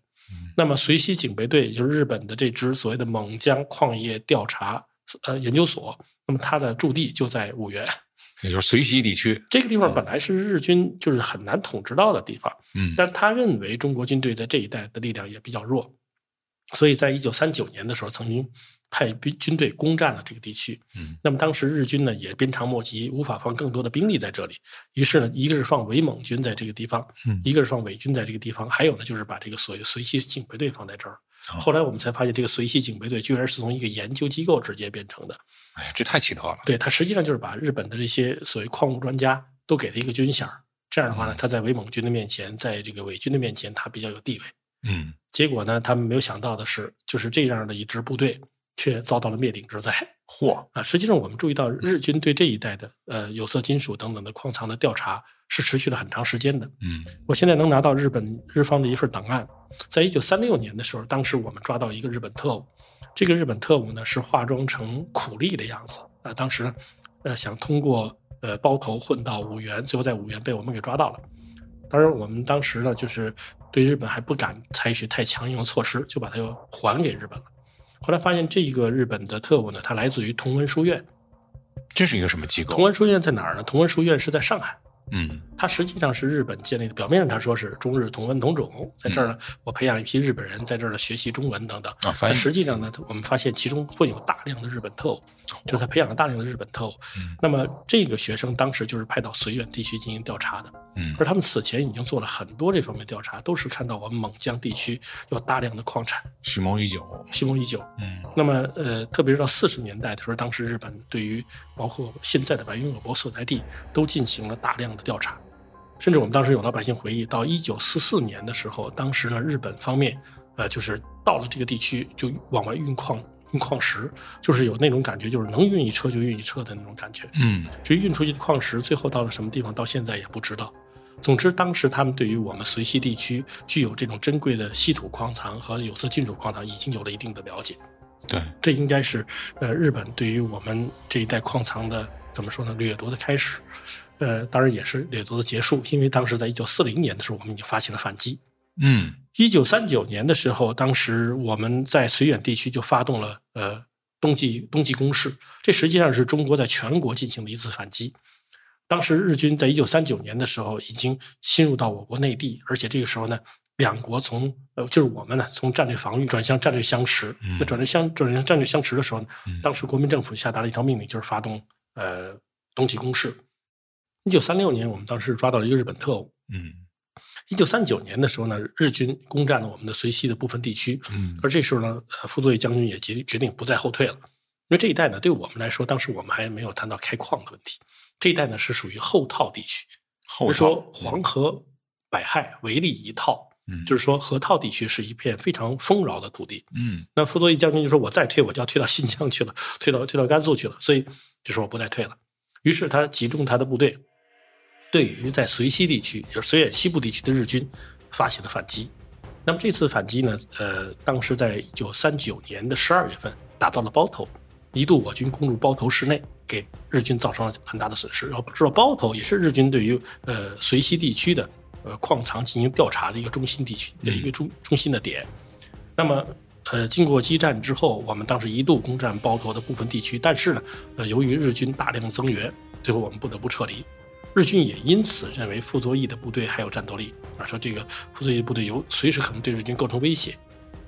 Speaker 3: 那么随西警备队，也就是日本的这支所谓的蒙江矿业调查呃研究所，那么它的驻地就在五原。
Speaker 2: 也就是绥西地区，
Speaker 3: 这个地方本来是日军就是很难统治到的地方，
Speaker 2: 嗯
Speaker 3: 但他认为中国军队在这一带的力量也比较弱，所以在一九三九年的时候，曾经派兵军队攻占了这个地区。
Speaker 2: 嗯，
Speaker 3: 那么当时日军呢也鞭长莫及，无法放更多的兵力在这里，于是呢，一个是放伪蒙军在这个地方，
Speaker 2: 嗯
Speaker 3: 一个是放伪军在这个地方，还有呢就是把这个所谓随西警备队放在这儿。
Speaker 2: 哦
Speaker 3: 后来我们才发现，这个随西警备队居然是从一个研究机构直接变成的，
Speaker 2: 哎呀，这太奇特了，
Speaker 3: 对，它实际上就是把日本的这些所谓矿物专家都给了一个军衔儿这样的话呢，他在伪蒙军的面前，在这个伪军的面前，他比较有地位。
Speaker 2: 嗯
Speaker 3: 结果呢，他们没有想到的是，就是这样的一支部队，却遭到了灭顶之灾。
Speaker 2: 嚯，
Speaker 3: 啊，实际上我们注意到，日军对这一带的呃有色金属等等的矿藏的调查是持续了很长时间的。
Speaker 2: 嗯
Speaker 3: 我现在能拿到日本日方的一份档案，在一九三六年的时候，当时我们抓到一个日本特务，这个日本特务呢是化妆成苦力的样子啊，当时呢，呃想通过呃包头混到五原，最后在五原被我们给抓到了。当然，我们当时呢就是对日本还不敢采取太强硬的措施，就把它又还给日本了。后来发现这个日本的特务呢，他来自于同文书院。
Speaker 2: 这是一个什么机
Speaker 3: 同
Speaker 2: 构？
Speaker 3: 文书院在哪儿呢？同文书院是在上海。
Speaker 2: 嗯
Speaker 3: 它实际上是日本建立的，表面上他说是中日同文同种，在这儿呢，我培养一批日本人在这儿呢学习中文等等。
Speaker 2: 啊，
Speaker 3: 但
Speaker 2: 翻译
Speaker 3: 实际上呢，它我们发现其中混有大量的日本特务，就是他培养了大量的日本特务
Speaker 2: 嗯。
Speaker 3: 那么这个学生当时就是派到绥远地区进行调查的，
Speaker 2: 嗯
Speaker 3: 而他们此前已经做了很多这方面调查，都是看到我们蒙江地区有大量的矿产，
Speaker 2: 蓄谋已久，
Speaker 3: 蓄谋已久。
Speaker 2: 嗯
Speaker 3: 那么，呃，特别是到四十年代的时候，当时日本对于包括现在的白云鄂博所在地都进行了大量的调查，甚至我们当时有老百姓回忆，到一九四四年的时候，当时呢，日本方面，呃，就是到了这个地区就往外运矿，运矿石，就是有那种感觉，就是能运一车就运一车的那种感觉。
Speaker 2: 嗯
Speaker 3: 至于运出去的矿石最后到了什么地方，到现在也不知道。总之，当时他们对于我们绥西地区具有这种珍贵的稀土矿藏和有色金属矿藏已经有了一定的了解。
Speaker 2: 对，
Speaker 3: 这应该是呃日本对于我们这一代矿藏的怎么说呢掠夺的开始，呃，当然也是掠夺的结束，因为当时在一九四零年的时候，我们已经发起了反击。
Speaker 2: 嗯
Speaker 3: 一九三九年的时候，当时我们在绥远地区就发动了呃冬季冬季攻势，这实际上是中国在全国进行的一次反击。当时日军在一九三九年的时候已经侵入到我国内地，而且这个时候呢，两国从呃就是我们呢从战略防御转向战略相持。
Speaker 2: 嗯
Speaker 3: 那转略相转向战略相持的时候呢
Speaker 2: 嗯，
Speaker 3: 当时国民政府下达了一条命令，就是发动呃冬季攻势。一九三六年，我们当时抓到了一个日本特务，
Speaker 2: 嗯
Speaker 3: 一九三九年的时候呢，日军攻占了我们的绥西的部分地区，
Speaker 2: 嗯
Speaker 3: 而这时候呢，呃傅作义将军也决决定不再后退了，因为这一带呢，对我们来说，当时我们还没有谈到开矿的问题，这一带呢是属于后套地区，
Speaker 2: 后
Speaker 3: 就是说黄河、百害为利一套，
Speaker 2: 嗯
Speaker 3: 就是说河套地区是一片非常丰饶的土地。
Speaker 2: 嗯
Speaker 3: 那傅作义将军就说：“我再退，我就要退到新疆去了， (laughs) 退到退到甘肃去了。”所以就说我不再退了。于是他集中他的部队，对于在绥西地区，就是绥远西部地区的日军发起了反击。那么这次反击呢，呃，当时在一九三九年的十二月份打到了包头，一度我军攻入包头市内，给日军造成了很大的损失。要知道，包头也是日军对于呃绥西地区的呃矿藏进行调查的一个中心地区，呃
Speaker 2: 嗯
Speaker 3: 一个中中心的点。那么，呃，经过激战之后，我们当时一度攻占包头的部分地区，但是呢，呃，由于日军大量增援，最后我们不得不撤离。日军也因此认为傅作义的部队还有战斗力，啊，说这个傅作义的部队有随时可能对日军构成威胁。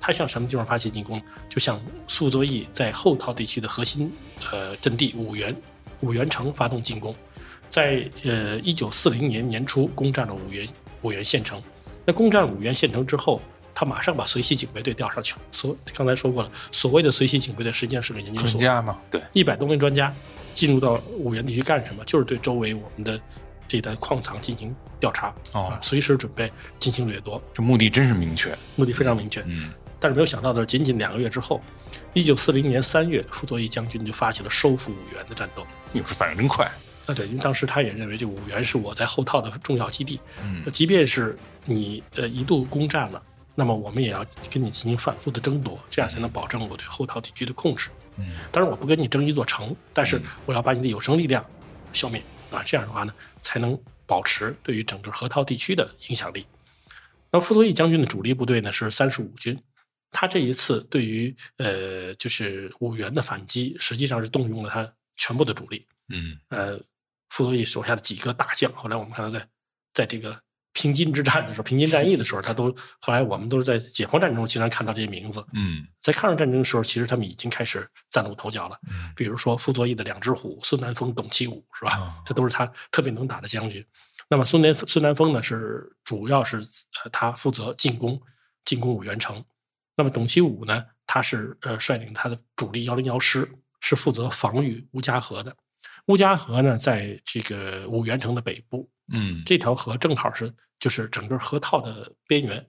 Speaker 3: 他向什么地方发起进攻？就向傅作义在后套地区的核心呃阵地五原五原城发动进攻，在呃一九四零年年初攻占了五原五原县城。那攻占五原县城之后，他马上把绥西警备队调上去了。所刚才说过了，所谓的绥西警备队实际上是个研究
Speaker 2: 专
Speaker 3: 所，
Speaker 2: 家嘛，对，
Speaker 3: 一百多名专家进入到五原地区干什么？就是对周围我们的这一带矿藏进行调查啊
Speaker 2: 哦，，
Speaker 3: 随时准备进行掠夺，
Speaker 2: 这目的真是明确，
Speaker 3: 目的非常明确。
Speaker 2: 嗯
Speaker 3: 但是没有想到的是，仅仅两个月之后，一九四零年三月，傅作义将军就发起了收复五原的战斗。
Speaker 2: 你说反应真快，
Speaker 3: 啊，对，因为当时他也认为这五原是我在后套的重要基地，
Speaker 2: 嗯
Speaker 3: 呃即便是你呃一度攻占了，那么我们也要跟你进行反复的争夺，这样才能保证我对后套地区的控制。
Speaker 2: 嗯
Speaker 3: 当然我不跟你争一座城，但是
Speaker 2: 嗯
Speaker 3: 我要把你的有生力量消灭啊，这样的话呢，才能保持对于整个河套地区的影响力。那傅作义将军的主力部队呢是三十五军，他这一次对于呃就是五原的反击，实际上是动用了他全部的主力，
Speaker 2: 嗯
Speaker 3: 呃，傅作义手下的几个大将，后来我们看到在在这个平津之战的时候，平津战役的时候，他都后来我们都是在解放战争中经常看到这些名字，
Speaker 2: 嗯
Speaker 3: 在抗日战争的时候，其实他们已经开始崭露头角了。
Speaker 2: 嗯
Speaker 3: 比如说傅作义的两只虎孙南风、董其武，是吧？
Speaker 2: 啊
Speaker 3: 这都是他特别能打的将军。那么孙南孙南风呢，是主要是呃他负责进攻进攻五原城。那么董其武呢，他是呃率领他的主力幺零幺师，是负责防御乌家河的。乌家河呢，在这个五原城的北部，
Speaker 2: 嗯，
Speaker 3: 这条河正好是就是整个河套的边缘。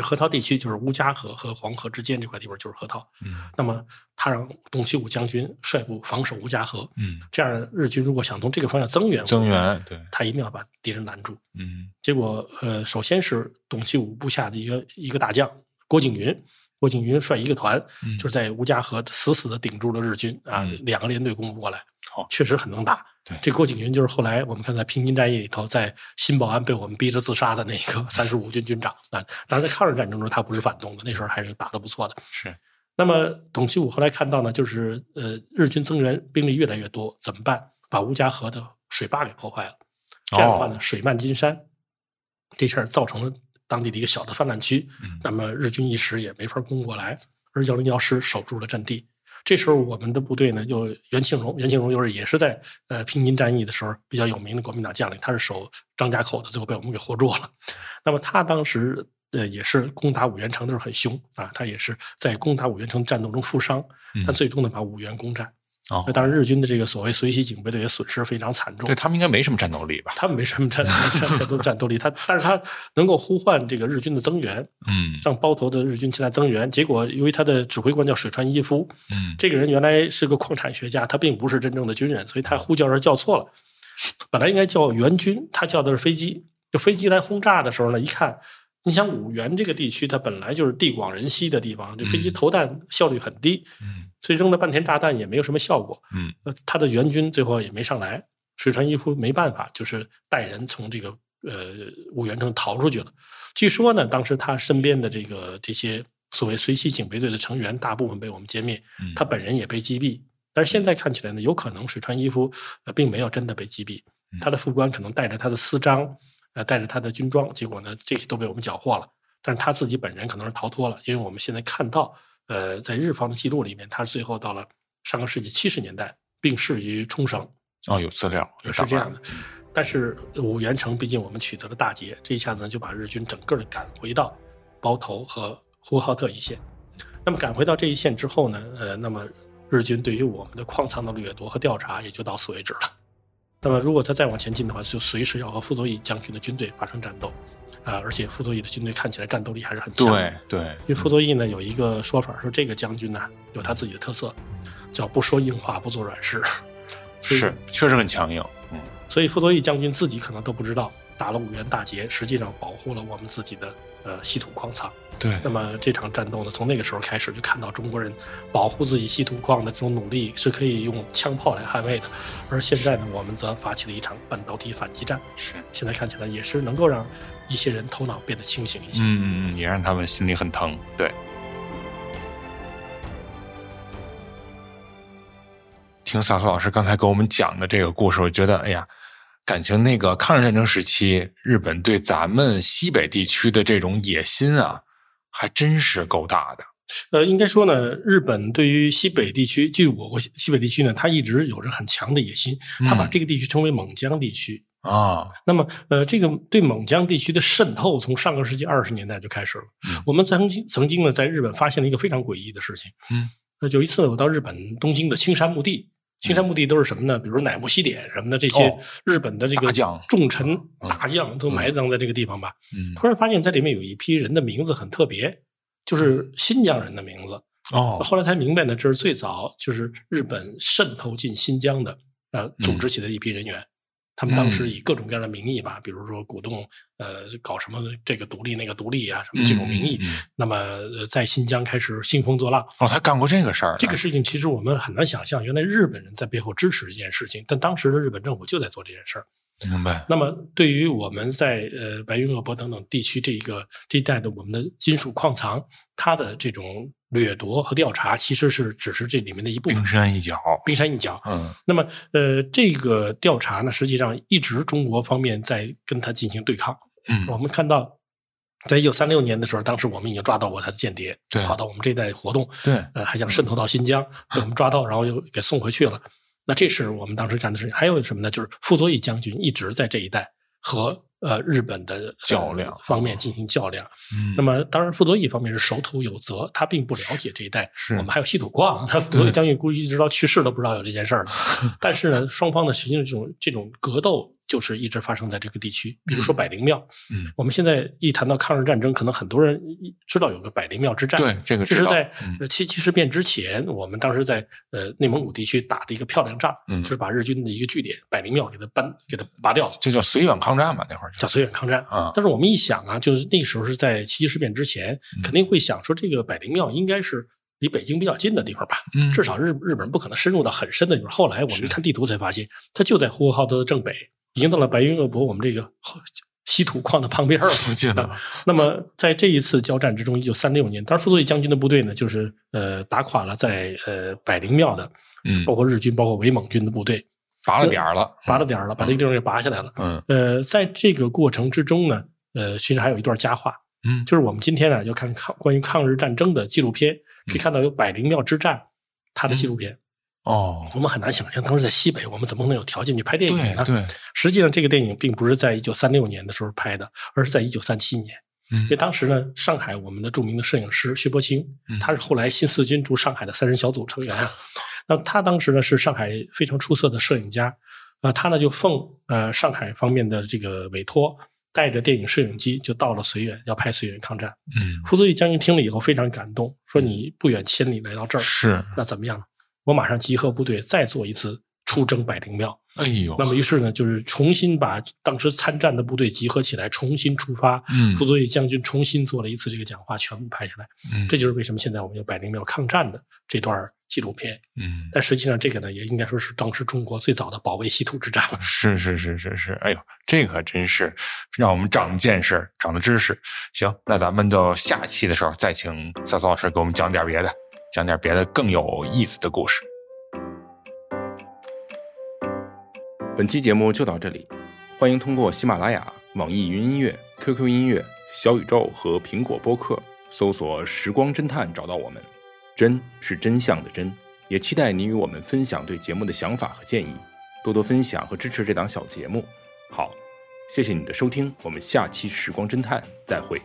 Speaker 3: 河套地区就是乌家河和黄河之间这块地方就是河套。
Speaker 2: 嗯
Speaker 3: 那么他让董其武将军率部防守乌家河，
Speaker 2: 嗯，
Speaker 3: 这样日军如果想从这个方向增援，
Speaker 2: 增，援对，
Speaker 3: 他一定要把敌人拦住。
Speaker 2: 嗯
Speaker 3: 结果呃，首先是董其武部下的一个一个大将郭景云，郭景云率一个团，
Speaker 2: 嗯
Speaker 3: 就是在吴家河死死的顶住了日军啊，
Speaker 2: 嗯
Speaker 3: 两个连队攻不过来，
Speaker 2: 好
Speaker 3: 确实很能打。
Speaker 2: 对
Speaker 3: 这郭景云就是后来我们看在平津战役里头，在新保安被我们逼着自杀的那个三十五军军长啊。当然，在抗日战争中他不是反动的，那时候还是打得不错的。
Speaker 2: 是，
Speaker 3: 那么董其武后来看到呢，就是呃，日军增援兵力越来越多，怎么办？把吴家河的水坝给破坏了。这样的
Speaker 2: 哦
Speaker 3: 话呢，水漫金山，这事儿造成了当地的一个小的泛滥区。
Speaker 2: 嗯
Speaker 3: 那么日军一时也没法攻过来，而幺零幺师守住了阵地。这时候我们的部队呢，就袁庆荣，袁庆荣就是也是在呃平津战役的时候比较有名的国民党将领，他是守张家口的，最后被我们给活捉了。那么他当时呃也是攻打五原城的时候很凶啊，他也是在攻打五原城战斗中负伤，
Speaker 2: 嗯
Speaker 3: 但最终呢把五原攻占。
Speaker 2: 哦
Speaker 3: 那当然日军的这个所谓随袭警备队也损失非常惨重
Speaker 2: 对，他们应该没什么战斗力吧？
Speaker 3: 他们没什么战战战斗战斗
Speaker 2: (laughs)
Speaker 3: 力，他但是他能够呼唤这个日军的增援，
Speaker 2: 嗯
Speaker 3: 让包头的日军前来增援。结果由于他的指挥官叫水川一夫，
Speaker 2: 嗯，
Speaker 3: 这个人原来是个矿产学家，他并不是真正的军人，所以他呼叫时候叫错了，本来应该叫援军，他叫的是飞机。就飞机来轰炸的时候呢，一看，你想五原这个地区，它本来就是地广人稀的地方，这飞机
Speaker 2: 嗯
Speaker 3: 投弹效率很低，
Speaker 2: 嗯
Speaker 3: 所以扔了半天炸弹也没有什么效果。
Speaker 2: 嗯
Speaker 3: 呃，他的援军最后也没上来，水川一夫没办法，就是带人从这个呃五原城逃出去了。据说呢，当时他身边的这个这些所谓随西警备队的成员，大部分被我们歼灭，
Speaker 2: 嗯
Speaker 3: 他本人也被击毙。但是现在看起来呢，有可能水川一夫、呃、并没有真的被击毙
Speaker 2: 嗯，
Speaker 3: 他的副官可能带着他的私章，呃，带着他的军装，结果呢，这些都被我们缴获了。但是他自己本人可能是逃脱了，因为我们现在看到，呃，在日方的记录里面，他最后到了上个世纪七十年代病逝于冲绳，
Speaker 2: 哦有资料，有
Speaker 3: 是这样
Speaker 2: 档
Speaker 3: 的
Speaker 2: 案。
Speaker 3: 但是呃五原城毕竟我们取得了大捷，这一下子呢就把日军整个的赶回到包头和呼和浩特一线。那么赶回到这一线之后呢，呃，那么日军对于我们的矿藏的掠夺和调查也就到此为止了。那么如果他再往前进的话，就随时要和傅作义将军的军队发生战斗，啊、而且傅作义的军队看起来战斗力还是很强的。
Speaker 2: 对对，
Speaker 3: 因为傅作义呢有一个说法，说这个将军呢有他自己的特色，叫不说硬话，不做软事。 (laughs) 所以
Speaker 2: 是确实很强硬，嗯
Speaker 3: 所以傅作义将军自己可能都不知道，打了五原大捷，实际上保护了我们自己的呃稀土矿藏。
Speaker 2: 对
Speaker 3: 那么这场战斗呢，从那个时候开始就看到中国人保护自己稀土矿的这种努力是可以用枪炮来捍卫的，而现在呢，我们则发起了一场半导体反击战，
Speaker 2: 是。
Speaker 3: 现在看起来也是能够让一些人头脑变得清醒一些。
Speaker 2: 嗯嗯嗯，也让他们心里很疼。对。听萨苏老师刚才给我们讲的这个故事，我觉得，哎呀，感情那个抗日战争时期，日本对咱们西北地区的这种野心啊，还真是够大的。
Speaker 3: 呃，应该说呢，日本对于西北地区，据我国西西北地区呢，它一直有着很强的野心，它把
Speaker 2: 嗯
Speaker 3: 这个地区称为蒙江地区。
Speaker 2: 啊，
Speaker 3: 那么，呃，这个对蒙江地区的渗透从上个世纪二十年代就开始了。
Speaker 2: 嗯
Speaker 3: 我们曾经曾经呢，在日本发现了一个非常诡异的事情。
Speaker 2: 嗯
Speaker 3: 呃，有一次我到日本东京的青山墓地，青山墓地都是什么呢？比如乃木希典什么的这些
Speaker 2: 哦
Speaker 3: 日本的这个
Speaker 2: 大将
Speaker 3: 重臣大将都埋葬在这个地方吧。
Speaker 2: 嗯，
Speaker 3: 突然发现，在里面有一批人的名字很特别，
Speaker 2: 嗯
Speaker 3: 就是新疆人的名字。
Speaker 2: 哦，
Speaker 3: 后来才明白呢，这是最早就是日本渗透进新疆的呃
Speaker 2: 嗯
Speaker 3: 组织起来的一批人员。他们当时以各种各样的名义吧，比如说鼓动呃搞什么这个独立那个独立啊，什么这种名义，
Speaker 2: 嗯嗯嗯
Speaker 3: 那么呃在新疆开始兴风作浪。
Speaker 2: 哦，他干过这个事儿呢，
Speaker 3: 这个事情其实我们很难想象，原来日本人在背后支持这件事情，但当时的日本政府就在做这件事儿。
Speaker 2: 明白？
Speaker 3: 那么，对于我们在呃白云鄂博等等地区这一个这一带的我们的金属矿藏，它的这种掠夺和调查，其实是只是这里面的一部分
Speaker 2: 冰，山一角。
Speaker 3: 冰山一角。
Speaker 2: 嗯
Speaker 3: 那么，呃，这个调查呢，实际上一直中国方面在跟它进行对抗。我
Speaker 2: 嗯，
Speaker 3: 们看到，在一九三六年的时候，当时我们已经抓到过他的间谍，
Speaker 2: 对
Speaker 3: 跑到我们这一带活动，
Speaker 2: 对，
Speaker 3: 呃，还想渗透到新疆，被我们抓到，然后又给送回去了。那这是我们当时干的事情。还有什么呢？就是傅作义将军一直在这一带和呃日本的呃
Speaker 2: 较量
Speaker 3: 方面进行较量。
Speaker 2: 嗯
Speaker 3: 那么，当然傅作义方面是守土有责，他并不了解这一带
Speaker 2: 是
Speaker 3: 我们还有稀土矿。他傅
Speaker 2: (laughs)
Speaker 3: 作义将军估计一直到去世都不知道有这件事儿了。但是呢，双方的实际的这种这种格斗就是一直发生在这个地区，比如说百灵庙。
Speaker 2: 嗯，
Speaker 3: 我们现在一谈到抗日战争，可能很多人知道有个百灵庙之战。
Speaker 2: 对，这个知
Speaker 3: 这是
Speaker 2: 道
Speaker 3: 在
Speaker 2: 嗯
Speaker 3: 呃七七事变之前，我们当时在呃内蒙古地区打的一个漂亮仗，
Speaker 2: 嗯
Speaker 3: 就是把日军的一个据点百灵庙给它搬给它拔掉了，
Speaker 2: 这叫绥远抗战嘛，那会儿
Speaker 3: 叫
Speaker 2: 就
Speaker 3: 绥远抗战。
Speaker 2: 啊，
Speaker 3: 但是我们一想啊，就是那时候是在七七事变之前，
Speaker 2: 嗯
Speaker 3: 肯定会想说这个百灵庙应该是离北京比较近的地方吧，
Speaker 2: 嗯
Speaker 3: 至少日日本人不可能深入到很深的地方。后来我们
Speaker 2: 是
Speaker 3: 一看地图才发现，它就在呼和浩特的正北，已经到了白云鄂博我们这个后稀土矿的旁边了。
Speaker 2: 附近了
Speaker 3: 啊，那么在这一次交战之中，一九三六年，当时傅作义将军的部队呢，就是呃打垮了在呃百灵庙的，
Speaker 2: 嗯
Speaker 3: 包括日军、包括伪蒙军的部队，
Speaker 2: 拔了点儿了，
Speaker 3: 拔了点儿了，把这个地方给拔下来了。
Speaker 2: 嗯
Speaker 3: 呃，在这个过程之中呢，呃，其实还有一段佳话，
Speaker 2: 嗯
Speaker 3: 就是我们今天呢啊要看抗关于抗日战争的纪录片，可以
Speaker 2: 嗯
Speaker 3: 看到有百灵庙之战。它的纪录片，
Speaker 2: 哦，
Speaker 3: 我们很难想象当时在西北，我们怎么可能有条件去拍电影啊
Speaker 2: 对
Speaker 3: 呢？
Speaker 2: 对，
Speaker 3: 实际上，这个电影并不是在一九三六年的时候拍的，而是在一九三七年。
Speaker 2: 嗯
Speaker 3: 因为当时呢，上海我们的著名的摄影师薛伯清
Speaker 2: 嗯，
Speaker 3: 他是后来新四军驻上海的三人小组成员啊。那他当时呢是上海非常出色的摄影家，呃，他呢就奉呃上海方面的这个委托，带着电影摄影机就到了绥远，要拍绥远抗战。
Speaker 2: 嗯
Speaker 3: 傅作义将军听了以后非常感动，说你不远千里来到这儿，
Speaker 2: 是，
Speaker 3: 那怎么样？我马上集合部队再做一次出征百灵庙。
Speaker 2: 哎呦
Speaker 3: 那，么于是呢，就是重新把当时参战的部队集合起来，重新出发。
Speaker 2: 嗯
Speaker 3: 傅作义将军重新做了一次这个讲话，全部拍下来。
Speaker 2: 嗯
Speaker 3: 这就是为什么现在我们有百灵庙抗战的这段纪录片。
Speaker 2: 嗯。
Speaker 3: 但实际上，这个呢，也应该说是当时中国最早的保卫稀土之战了。
Speaker 2: 是是是是是，哎呦，这可真是让我们长见识、长了知识。行，那咱们就下期的时候再请萨松老师给我们讲点别的，讲点别的更有意思的故事。
Speaker 4: 本期节目就到这里，欢迎通过喜马拉雅、网易云音乐、QQ 音乐、小宇宙和苹果播客搜索“时光侦探”找到我们。真是真相的真，也期待你与我们分享对节目的想法和建议，多多分享和支持这档小节目。好，谢谢你的收听，我们下期《时光侦探》再会。